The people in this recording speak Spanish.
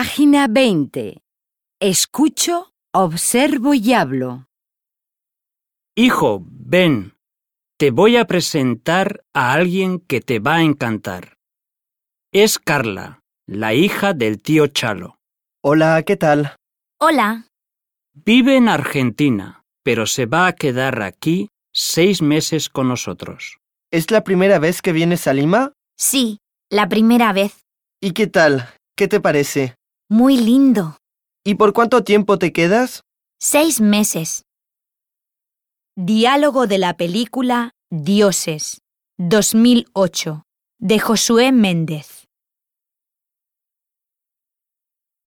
Página 20. Escucho, observo y hablo. Hijo, ven, te voy a presentar a alguien que te va a encantar. Es Carla, la hija del tío Chalo. Hola, ¿qué tal? Hola, Vive en Argentina, pero se va a quedar aquí seis meses con nosotros. ¿Es la primera vez que vienes a Lima? sí, la primera vez. ¿Y qué tal? ¿Qué te parece? Muy lindo. ¿Y por cuánto tiempo te quedas? Seis meses. Diálogo de la película Dioses, 2008, de Josué Méndez.